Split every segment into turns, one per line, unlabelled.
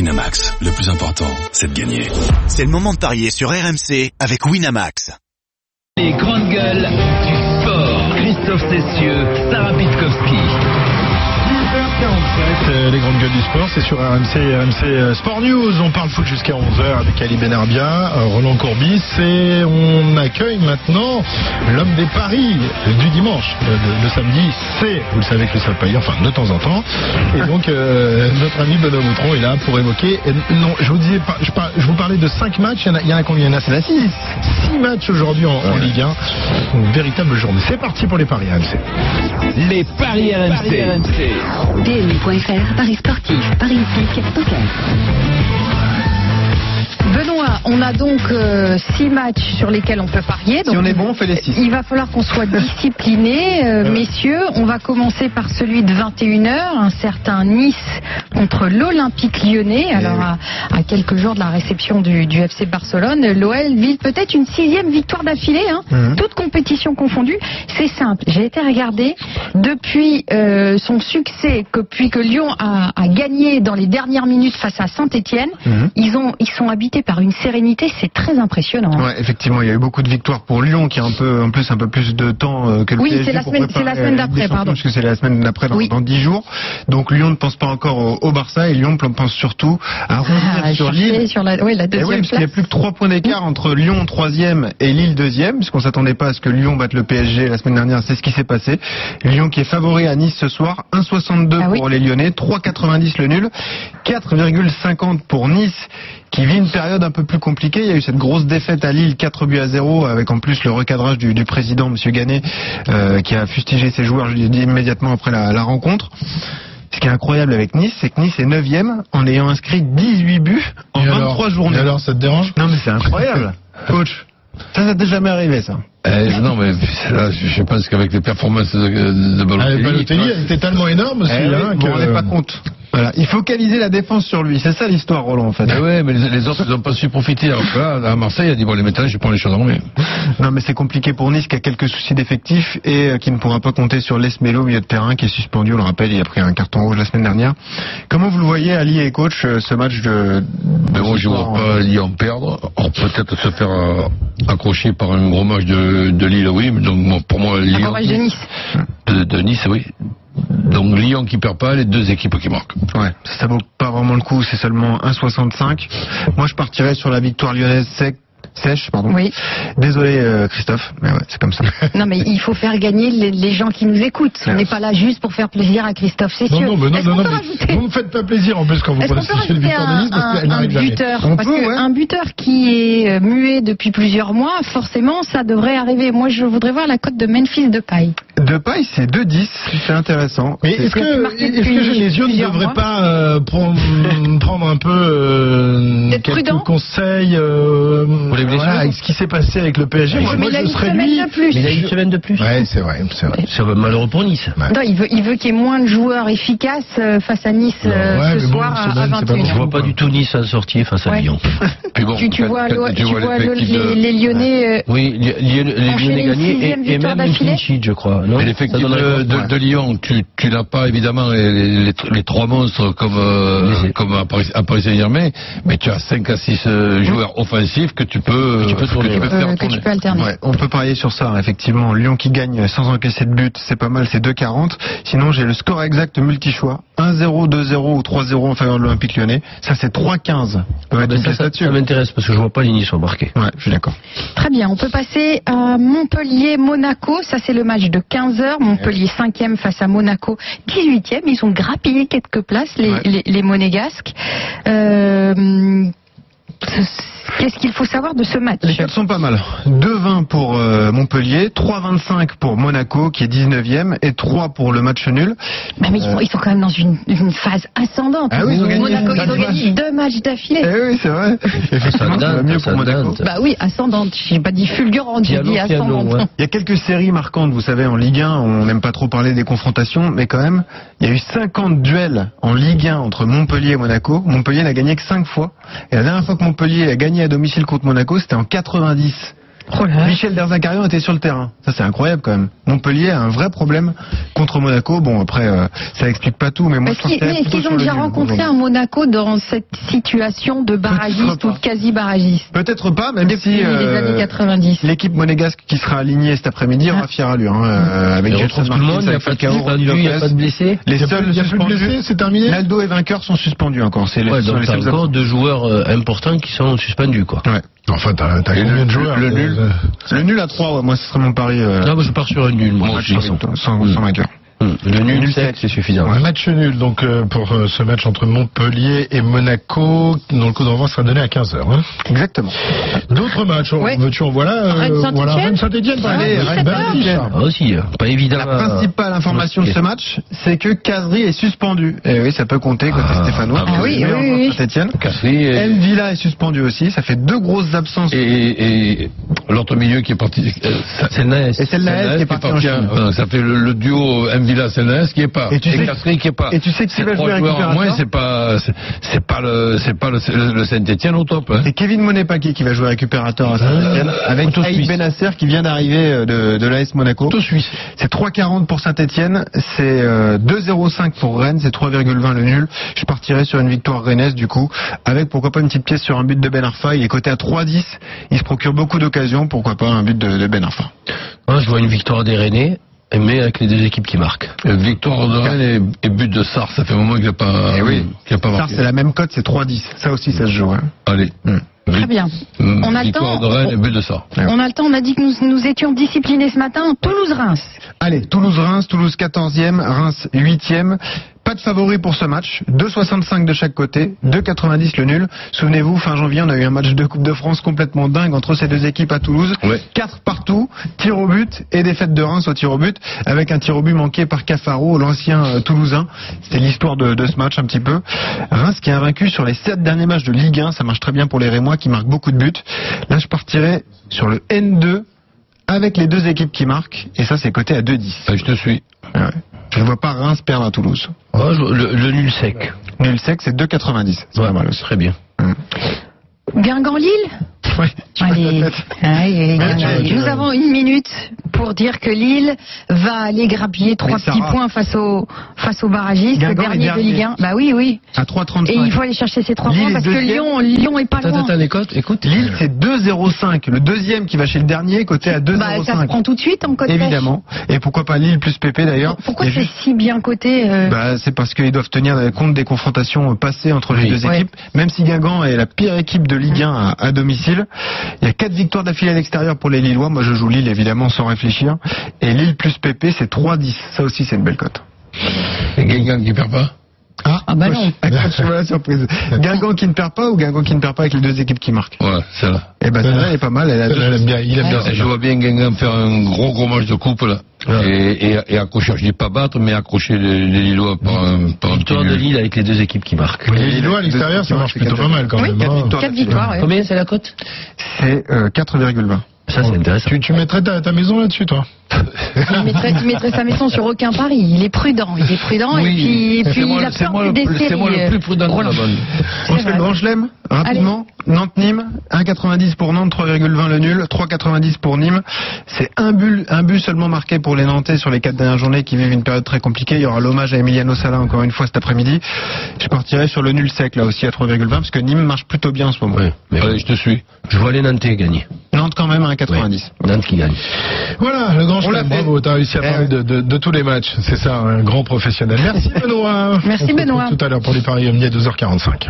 Winamax, le plus important, c'est de gagner.
C'est le moment de parier sur RMC avec Winamax.
Les grandes gueules du sport. Christophe Cessieux, Sarah Pitkowski.
Euh, Les grandes gueules du sport, c'est sur RMC, RMC euh, Sport News. On parle foot jusqu'à 11h avec Ali Benarbia, euh, Roland Courbis et on accueille maintenant l'homme des paris du dimanche. Euh, Le, le samedi, c'est, vous le savez, Christophe Payet, enfin de temps en temps. Et donc, euh, notre ami Benoît Boutron est là pour évoquer. et non, je vous disais, pas- je, par- je vous parlais de 5 matchs, il y en a, il y en a combien Il y en a 6. 6 matchs aujourd'hui en, en Ligue 1. Une véritable journée. C'est parti pour les paris RMC.
Les Paris RMC.
PMU.fr, Paris sportif, Paris hippique, poker.
Benoît, on a donc euh, six matchs sur lesquels on peut parier. Donc
Si on est bon, on fait les 6.
Il va falloir qu'on soit discipliné, euh, messieurs. On va commencer par celui de 21h, un certain Nice contre l'Olympique lyonnais. Alors, à, à quelques jours de la réception du, du FC Barcelone, l'OL vise peut-être une sixième victoire d'affilée, hein, toute compétition confondue. C'est simple, j'ai été regarder. Depuis euh, son succès, que- depuis que Lyon a, a gagné dans les dernières minutes face à Saint-Etienne,
Mhm.
ils, ont, ils sont habités par une sérénité, c'est très impressionnant. hein.
Ouais, effectivement, il y a eu beaucoup de victoires pour Lyon qui a un peu, en plus un peu plus de temps euh, que le
Oui,
PSG
c'est la
pour
semaine-
préparer
c'est la semaine
la Ligue des
d'après,
Champions,
pardon.
Parce que c'est la semaine d'après, dans,
Oui.
dans 10 jours. Donc Lyon ne pense pas encore au, au Barça et Lyon pense surtout à revenir
Ah,
sur
chercher
Lille.
sur la, oui, la
Eh
deuxième
oui, parce qu'il n'y a
place.
plus que trois points d'écart entre Lyon 3e et Lille 2e, puisqu'on s'attendait pas à ce que Lyon batte le PSG la semaine dernière, c'est ce qui s'est passé. Lyon qui est favori à Nice ce soir, 1,62
Ah oui.
pour les Lyonnais, 3,90 le nul, 4,50 pour Nice, qui vit une période un peu plus compliquée. Il y a eu cette grosse défaite à Lille, 4 buts à 0, avec en plus le recadrage du, du président, Monsieur Gannet, euh, qui a fustigé ses joueurs je l'ai dit, immédiatement après la- la rencontre. Ce qui est incroyable avec Nice, c'est que Nice est 9e en ayant inscrit 18 buts en
Et
23
alors
journées.
Et alors, ça te dérange
Non mais c'est incroyable. Coach, ça ça t'est jamais arrivé ça.
Eh, non, mais là, je je pense qu'avec les performances de, de
Ah,
Balotelli,
Balotelli était tellement énorme
Eh
celui-là hein,
oui,
que...
vous vous rendez pas compte. Voilà, il faut focaliser la défense sur lui, c'est ça l'histoire Roland en fait.
Eh ouais, mais les, les autres, ils n'ont pas su profiter. Alors que là, à Marseille, il a dit, bon, les maintenant, je prends les choses en main.
Non mais c'est compliqué pour Nice qui a quelques soucis d'effectifs et euh, qui ne pourra pas compter sur Lesmelo au milieu de terrain qui est suspendu, on le rappelle, il a pris un carton rouge la semaine dernière. Comment vous le voyez Ali et coach euh, ce match de, de
Mais moi,
ce
je vois
soir,
pas Lyon perdre. Or, peut-être se faire euh, accrocher par un gros match de, de Lille, oui. mais Donc, moi, pour moi,
Un
Lyon.
barrage de Nice.
de- de Nice, oui. Donc, Lyon qui perd pas, les deux équipes qui marquent.
Ouais, ça vaut pas vraiment le coup, c'est seulement 1,65. Moi, je partirais sur la victoire lyonnaise sec- sèche, pardon.
Oui.
Désolé, euh, Christophe, mais ouais, c'est comme ça.
Non, mais il faut faire gagner les, les gens qui nous écoutent. On
Ouais.
n'est pas là juste pour faire plaisir à Christophe
Non,
Cessieux.
non, mais non,
Est-ce
non,
qu'on
non,
peut
mais
rajouter-
vous me faites pas plaisir en plus quand vous
Est-ce qu'on peut
prononcez le
rajouter
victoire de
un,
Nice parce
un-
qu'elle
un
n'arrive jamais.
buteur
On
Parce
peut,
que
ouais.
un buteur qui est euh, muet depuis plusieurs mois, forcément, ça devrait arriver. Moi, je voudrais voir la cote de Memphis de paille.
De paille, c'est 2,10, c'est intéressant.
Mais
C'est-
est-ce
c'est
que,
marqué
est-ce que
depuis
les yeux ne
plusieurs
devraient
mois.
pas euh, prendre, prendre un peu euh,
D'être
quelques
prudent.
conseils euh,
les blessures.
voilà, avec ce qui s'est passé avec le PSG Moi,
mais
moi,
il a
je
une
serais
semaine
lui.
de plus. Mais il a une
semaine de plus. Ouais, c'est vrai, c'est vrai.
C'est malheureux pour Nice.
Non, il veut, il veut qu'il y ait moins de joueurs efficaces euh, face à Nice euh,
ouais,
ce
mais bon,
soir à-
c'est
à
bon, c'est pas
21
bon. Je vois pas du
tout Nice à sortir face
à Ouais. Lyon.
Puis bon,
Tu, tu
quand-
vois,
quand
l'O-
tu
tu
vois
vois le-
l'effectif de-
les, les Lyonnais. euh,
Oui, les, les- les
Enchaîner
Lyonnais
une
gagnés
sixième
et, et
victoire
même une
d'affilée.
clean sheet, je crois. Non
Mais
Ça
l'effectif
donne
de,
la-
de- de Lyon, tu, tu l'as pas évidemment les, les- les trois monstres comme euh,
Mais c'est-
comme à Paris, à Paris Saint-Germain, mais tu as 5 à 6 joueurs offensifs que tu peux
Que tu peux
euh,
tourner, ouais.
faire
euh, que tu
tourner.
peux alterner.
Ouais, on peut parier sur ça, effectivement. Lyon qui gagne sans encaisser de but, c'est pas mal, c'est 2,40. Sinon, j'ai le score exact multi-choix. 1-0, 2-0 ou 3-0 en faveur de l'Olympique lyonnais. Ça, c'est 3-15. Peut
Ah
mettre
ben
bah
une
ça,
pièce
ça,
là-dessus.
ça m'intéresse parce que je vois pas les Niçois marqués.
Ouais, je suis d'accord.
Très bien, on peut passer à Montpellier-Monaco. Ça, c'est le match de 15h. Montpellier 5e face à Monaco 18e. Ils ont grappillé quelques places, les,
Ouais.
les- les monégasques. Euh, Qu'est-ce qu'il faut savoir de ce match
Les cotes sont pas mal. 2,20 pour euh, Montpellier, 3,25 pour Monaco qui est 19e et 3 pour le match nul.
Bah, mais ils, sont, ils sont quand même dans une, une phase ascendante.
Ah oui, ils ont gagné
Monaco, ils
quatre
ont gagné deux matchs d'affilée.
Eh oui, c'est vrai. Effectivement, ça va
date,
mieux
ça
pour Monaco.
date.
Bah oui, ascendante. J'ai pas dit fulgurante, j'ai
Piano,
dit
piano,
ascendante.
ouais.
Il y a quelques séries marquantes, vous savez, en Ligue 1, on n'aime pas trop parler des confrontations, mais quand même, il y a eu 50 duels en Ligue 1 entre Montpellier et Monaco. Montpellier n'a gagné que 5 fois. Et la dernière fois que Montpellier a gagné à domicile contre Monaco, c'était en 90.
Oh là là.
Michel Derzakarian était sur le terrain. Ça, c'est incroyable quand même. Montpellier a un vrai problème contre Monaco. Bon, après, euh, ça explique pas tout, mais moi,
Est-ce
je pense
qu'ils-
que
mais est-ce qu'ils ont déjà rencontré un Monaco dans cette situation de barragiste
pas.
ou de quasi-barragiste
Peut-être pas, même si
depuis les
euh,
années 90
l'équipe monégasque qui sera alignée cet après-midi aura fière allure. hein, euh, avec
Il
Gelson
retrouve tout le monde, il n'y a
Martins, avec
pas de
Falcao,
suspendu,
Rodri
il n'y a
Lopez.
pas de blessés.
Les
Il
seuls
n'y a plus de
suspendus.
blessés, c'est terminé
Naldo et vainqueur sont suspendus encore. C'est les,
Ouais,
ce sont
donc
les
t'as
seuls
encore deux joueurs euh, importants qui sont suspendus, quoi.
absents. Ouais.
Enfin, t'as t'as
Et
combien
le-
de joueurs
le
euh,
nul
euh,
Le nul à 3, ouais, moi, ce serait mon pari. euh,
Non, Ah, moi, je pars sur un nul, moi,
Moi
de toute
aussi.
façon.
sans, sans
Mm.
vainqueur.
Mm. Le
Nul
nul
sec.
sec, c'est suffisant.
Un match nul donc euh, pour euh, ce match entre Montpellier et Monaco, dont le coup d'envoi sera donné à 15h.
Exactement.
D'autres matchs, on-
Ouais.
veux-tu en voilà euh,
Rennes-Saint-Étienne
voilà,
Eh ben,
Rennes-Saint-Étienne, par
Allez,
exemple.
Rennes-Saint-Étienne.
Belle affiche.
Ah, aussi, euh, pas évident.
La principale information de ce match, c'est que Casri est suspendu. Et oui, ça peut compter côté
Ah,
Stéphanois.
ah
oui,
Mais
oui,
en
oui, oui.
Saint-Étienne.
Café et-
Euh,
El Villa est suspendu aussi. Ça fait deux grosses absences.
Et,
Et,
et, et l'autre milieu qui est parti. euh, ça-
C'est Naes.
celle de la S qui est partie en
parti,
Chine.
hein. Ça fait le, le duo Mvila Selnes qui est pas.
Et tu sais-
Kasri qui est
Ah.
pas.
et tu sais qui
C'est
va
trois
jouer
joueurs en
récupérateur
moins, c'est pas c'est- c'est pas le c'est pas le, Saint-Étienne au top. hein.
C'est Kevin Monepaki qui va jouer récupérateur à Saint-Etienne avec Aïd Benasser qui vient d'arriver euh, de, de l'AS Monaco.
suisse.
C'est 3,40 pour Saint-Etienne, c'est euh, 2,05 pour Rennes, c'est 3,20 le nul. Je partirai sur une victoire rennaise du coup, avec pourquoi pas une petite pièce sur un but de Ben Arfa. Il est coté à 3,10, il se procure beaucoup d'occasions, pourquoi pas un but de, de Ben Arfa.
Moi, Hein, je vois une victoire des Rennais, mais avec les deux équipes qui marquent.
Euh, Victoire de Rennes et, et but de Sar, ça fait un moment qu'il n'a pas
Eh oui.
qu'il a pas
Ça,
marqué.
c'est la même cote, c'est 3,10. Ça aussi, ça se joue. hein.
Allez.
Très bien.
Mm,
On
Victoire
attend.
de Rennes et but de Sar.
On a le temps, on a dit que nous, nous étions disciplinés ce matin. Toulouse-Reims.
Allez, Toulouse-Reims, Toulouse 14e, Reims 8e. Pas de favori pour ce match, 2,65 de chaque côté, 2,90 le nul. Souvenez-vous, fin janvier, on a eu un match de Coupe de France complètement dingue entre ces deux équipes à Toulouse.
Ouais.
4 partout, tir au but et défaite de Reims au tir au but, avec un tir au but manqué par Cafaro, l'ancien euh, Toulousain. C'était l'histoire de, de ce match un petit peu. Reims qui a vaincu sur les 7 derniers matchs de Ligue 1, ça marche très bien pour les Rémois qui marquent beaucoup de buts. Là, je partirais sur le N2 avec les deux équipes qui marquent, et ça c'est coté à 2-10.
Ah, je te suis.
Ouais. Je ne vois pas Reims perdre à Toulouse.
Moi, Hein, je vois le, le nul sec.
Nul sec, c'est 2,90. C'est
Ouais,
pas mal aussi.
Très bien.
Guingamp-Lille
Ouais, tu vois
Allez, Ah
la tête.
allez,
Ouais,
allez,
tu vois,
allez.
tu
Nous
vois.
avons une minute pour dire que Lille va aller grappiller trois
Sarah-
petits points face au face au barragiste, le
Guingamp est
dernier de
dernier.
Ligue 1. Bah oui, oui.
À
Et il
3,35.
faut aller chercher ces trois
Lille
points
est
parce que
deuxième.
Lyon, Lyon est pas
Attends,
loin.
attends, écoute, écoute.
Lille, c'est 2,05. Le deuxième qui va chez le dernier, coté à 2,05.
Bah, ça se prend tout de suite en côté.
Évidemment. Et pourquoi pas Lille plus PP d'ailleurs
Pourquoi
Il y
c'est
a juste-
si bien coté euh,
bah, C'est parce qu'ils doivent tenir compte des confrontations euh, passées entre les
Oui.
deux
Ouais.
équipes. Même si Guingamp est la pire équipe de Ligue 1 à, à domicile, il y a quatre victoires d'affilée à l'extérieur pour les Lillois. Moi, je joue Lille évidemment sans réfléchir. Et Lille plus PP, c'est 3-10. Ça aussi, c'est une belle cote.
Et Guingamp qui perd pas.
Ah bah non.
tu vois la surprise. Guingamp qui ne perd pas ou Guingamp qui ne perd pas avec les deux équipes qui marquent
Voilà, celle-là.
Eh ben, celle-là elle est pas mal. Elle a
Il
deux-
aime bien, il aime bien.
Et Je vois bien Guingamp faire un gros gros match de coupe là.
Ouais.
Et, et, et accrocher, je dis pas battre, mais accrocher les, les Lillois par un, par un petit
Victoire de
nul.
Lille avec les deux équipes qui marquent.
Les Lillois à l'extérieur, ça marche plutôt pas mal quand
Oui,
même.
quatre
hein.
victoires.
Quatre victoires. ouais.
Combien c'est la cote
C'est euh, 4,20.
Ça, c'est intéressant.
Tu, tu mettrais ta, ta maison là-dessus, toi
Il mettrait, il mettrait sa maison sur aucun pari. Il est prudent, il est prudent. et puis, et
c'est
puis
moi
il
le-
a
c'est
peur
moi, le
des
plus- c'est
séries,
moi le
euh,
plus prudent de la
Roland.
bande.
On
C'est
se fait
vrai.
le grand chelem rapidement. Nantes-Nîmes, 1,90 pour Nantes, 3,20 le nul, 3,90 pour Nîmes. C'est un but, un but seulement marqué pour les Nantais sur les quatre dernières journées qui vivent une période très compliquée. Il y aura l'hommage à Emiliano Sala encore une fois cet après-midi. Je partirai sur le nul sec là aussi à 3,20 parce que Nîmes marche plutôt bien en ce moment.
Ouais, mais
Allez, je te suis.
je vois les Nantais gagner.
Nantes quand même à 1,90.
Nantes qui gagne.
Voilà, le grand
l'a
chelem.
fait.
Bravo, t'as réussi à
Eh
parler
ouais.
de, de- de tous les matchs. C'est ça, un grand professionnel. Merci Benoît.
Merci,
On se retrouve
Benoît.
Tout à l'heure pour les paris Omni à 2h45.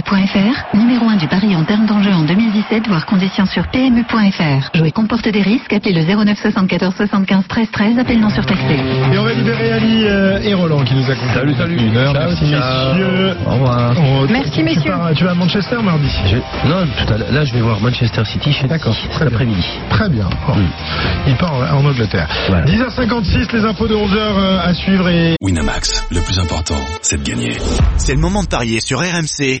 PMU.fr, numéro 1 du pari en termes d'enjeu en 2017, voire conditions sur PMU.fr. Jouer comporte des risques, appelez le 09 74 75 13 13, appel non surtaxé.
Et on va libérer Ali euh, et Roland qui nous accompagnent.
Salut, salut.
Une heure.
Ciao,
Merci
ciao.
messieurs.
Au revoir.
On-
Merci,
tu- tu
messieurs.
pars- Tu vas à Manchester mardi
Je- Non, tout à l'heure, là, je vais voir Manchester City chez
D'accord, très
cet
bien.
après-midi.
Très bien. Bon. Il part en, en Angleterre.
Voilà.
10h56, les infos de 11h euh, à suivre et
Winamax, le plus important, c'est de gagner.
C'est le moment de parier sur RMC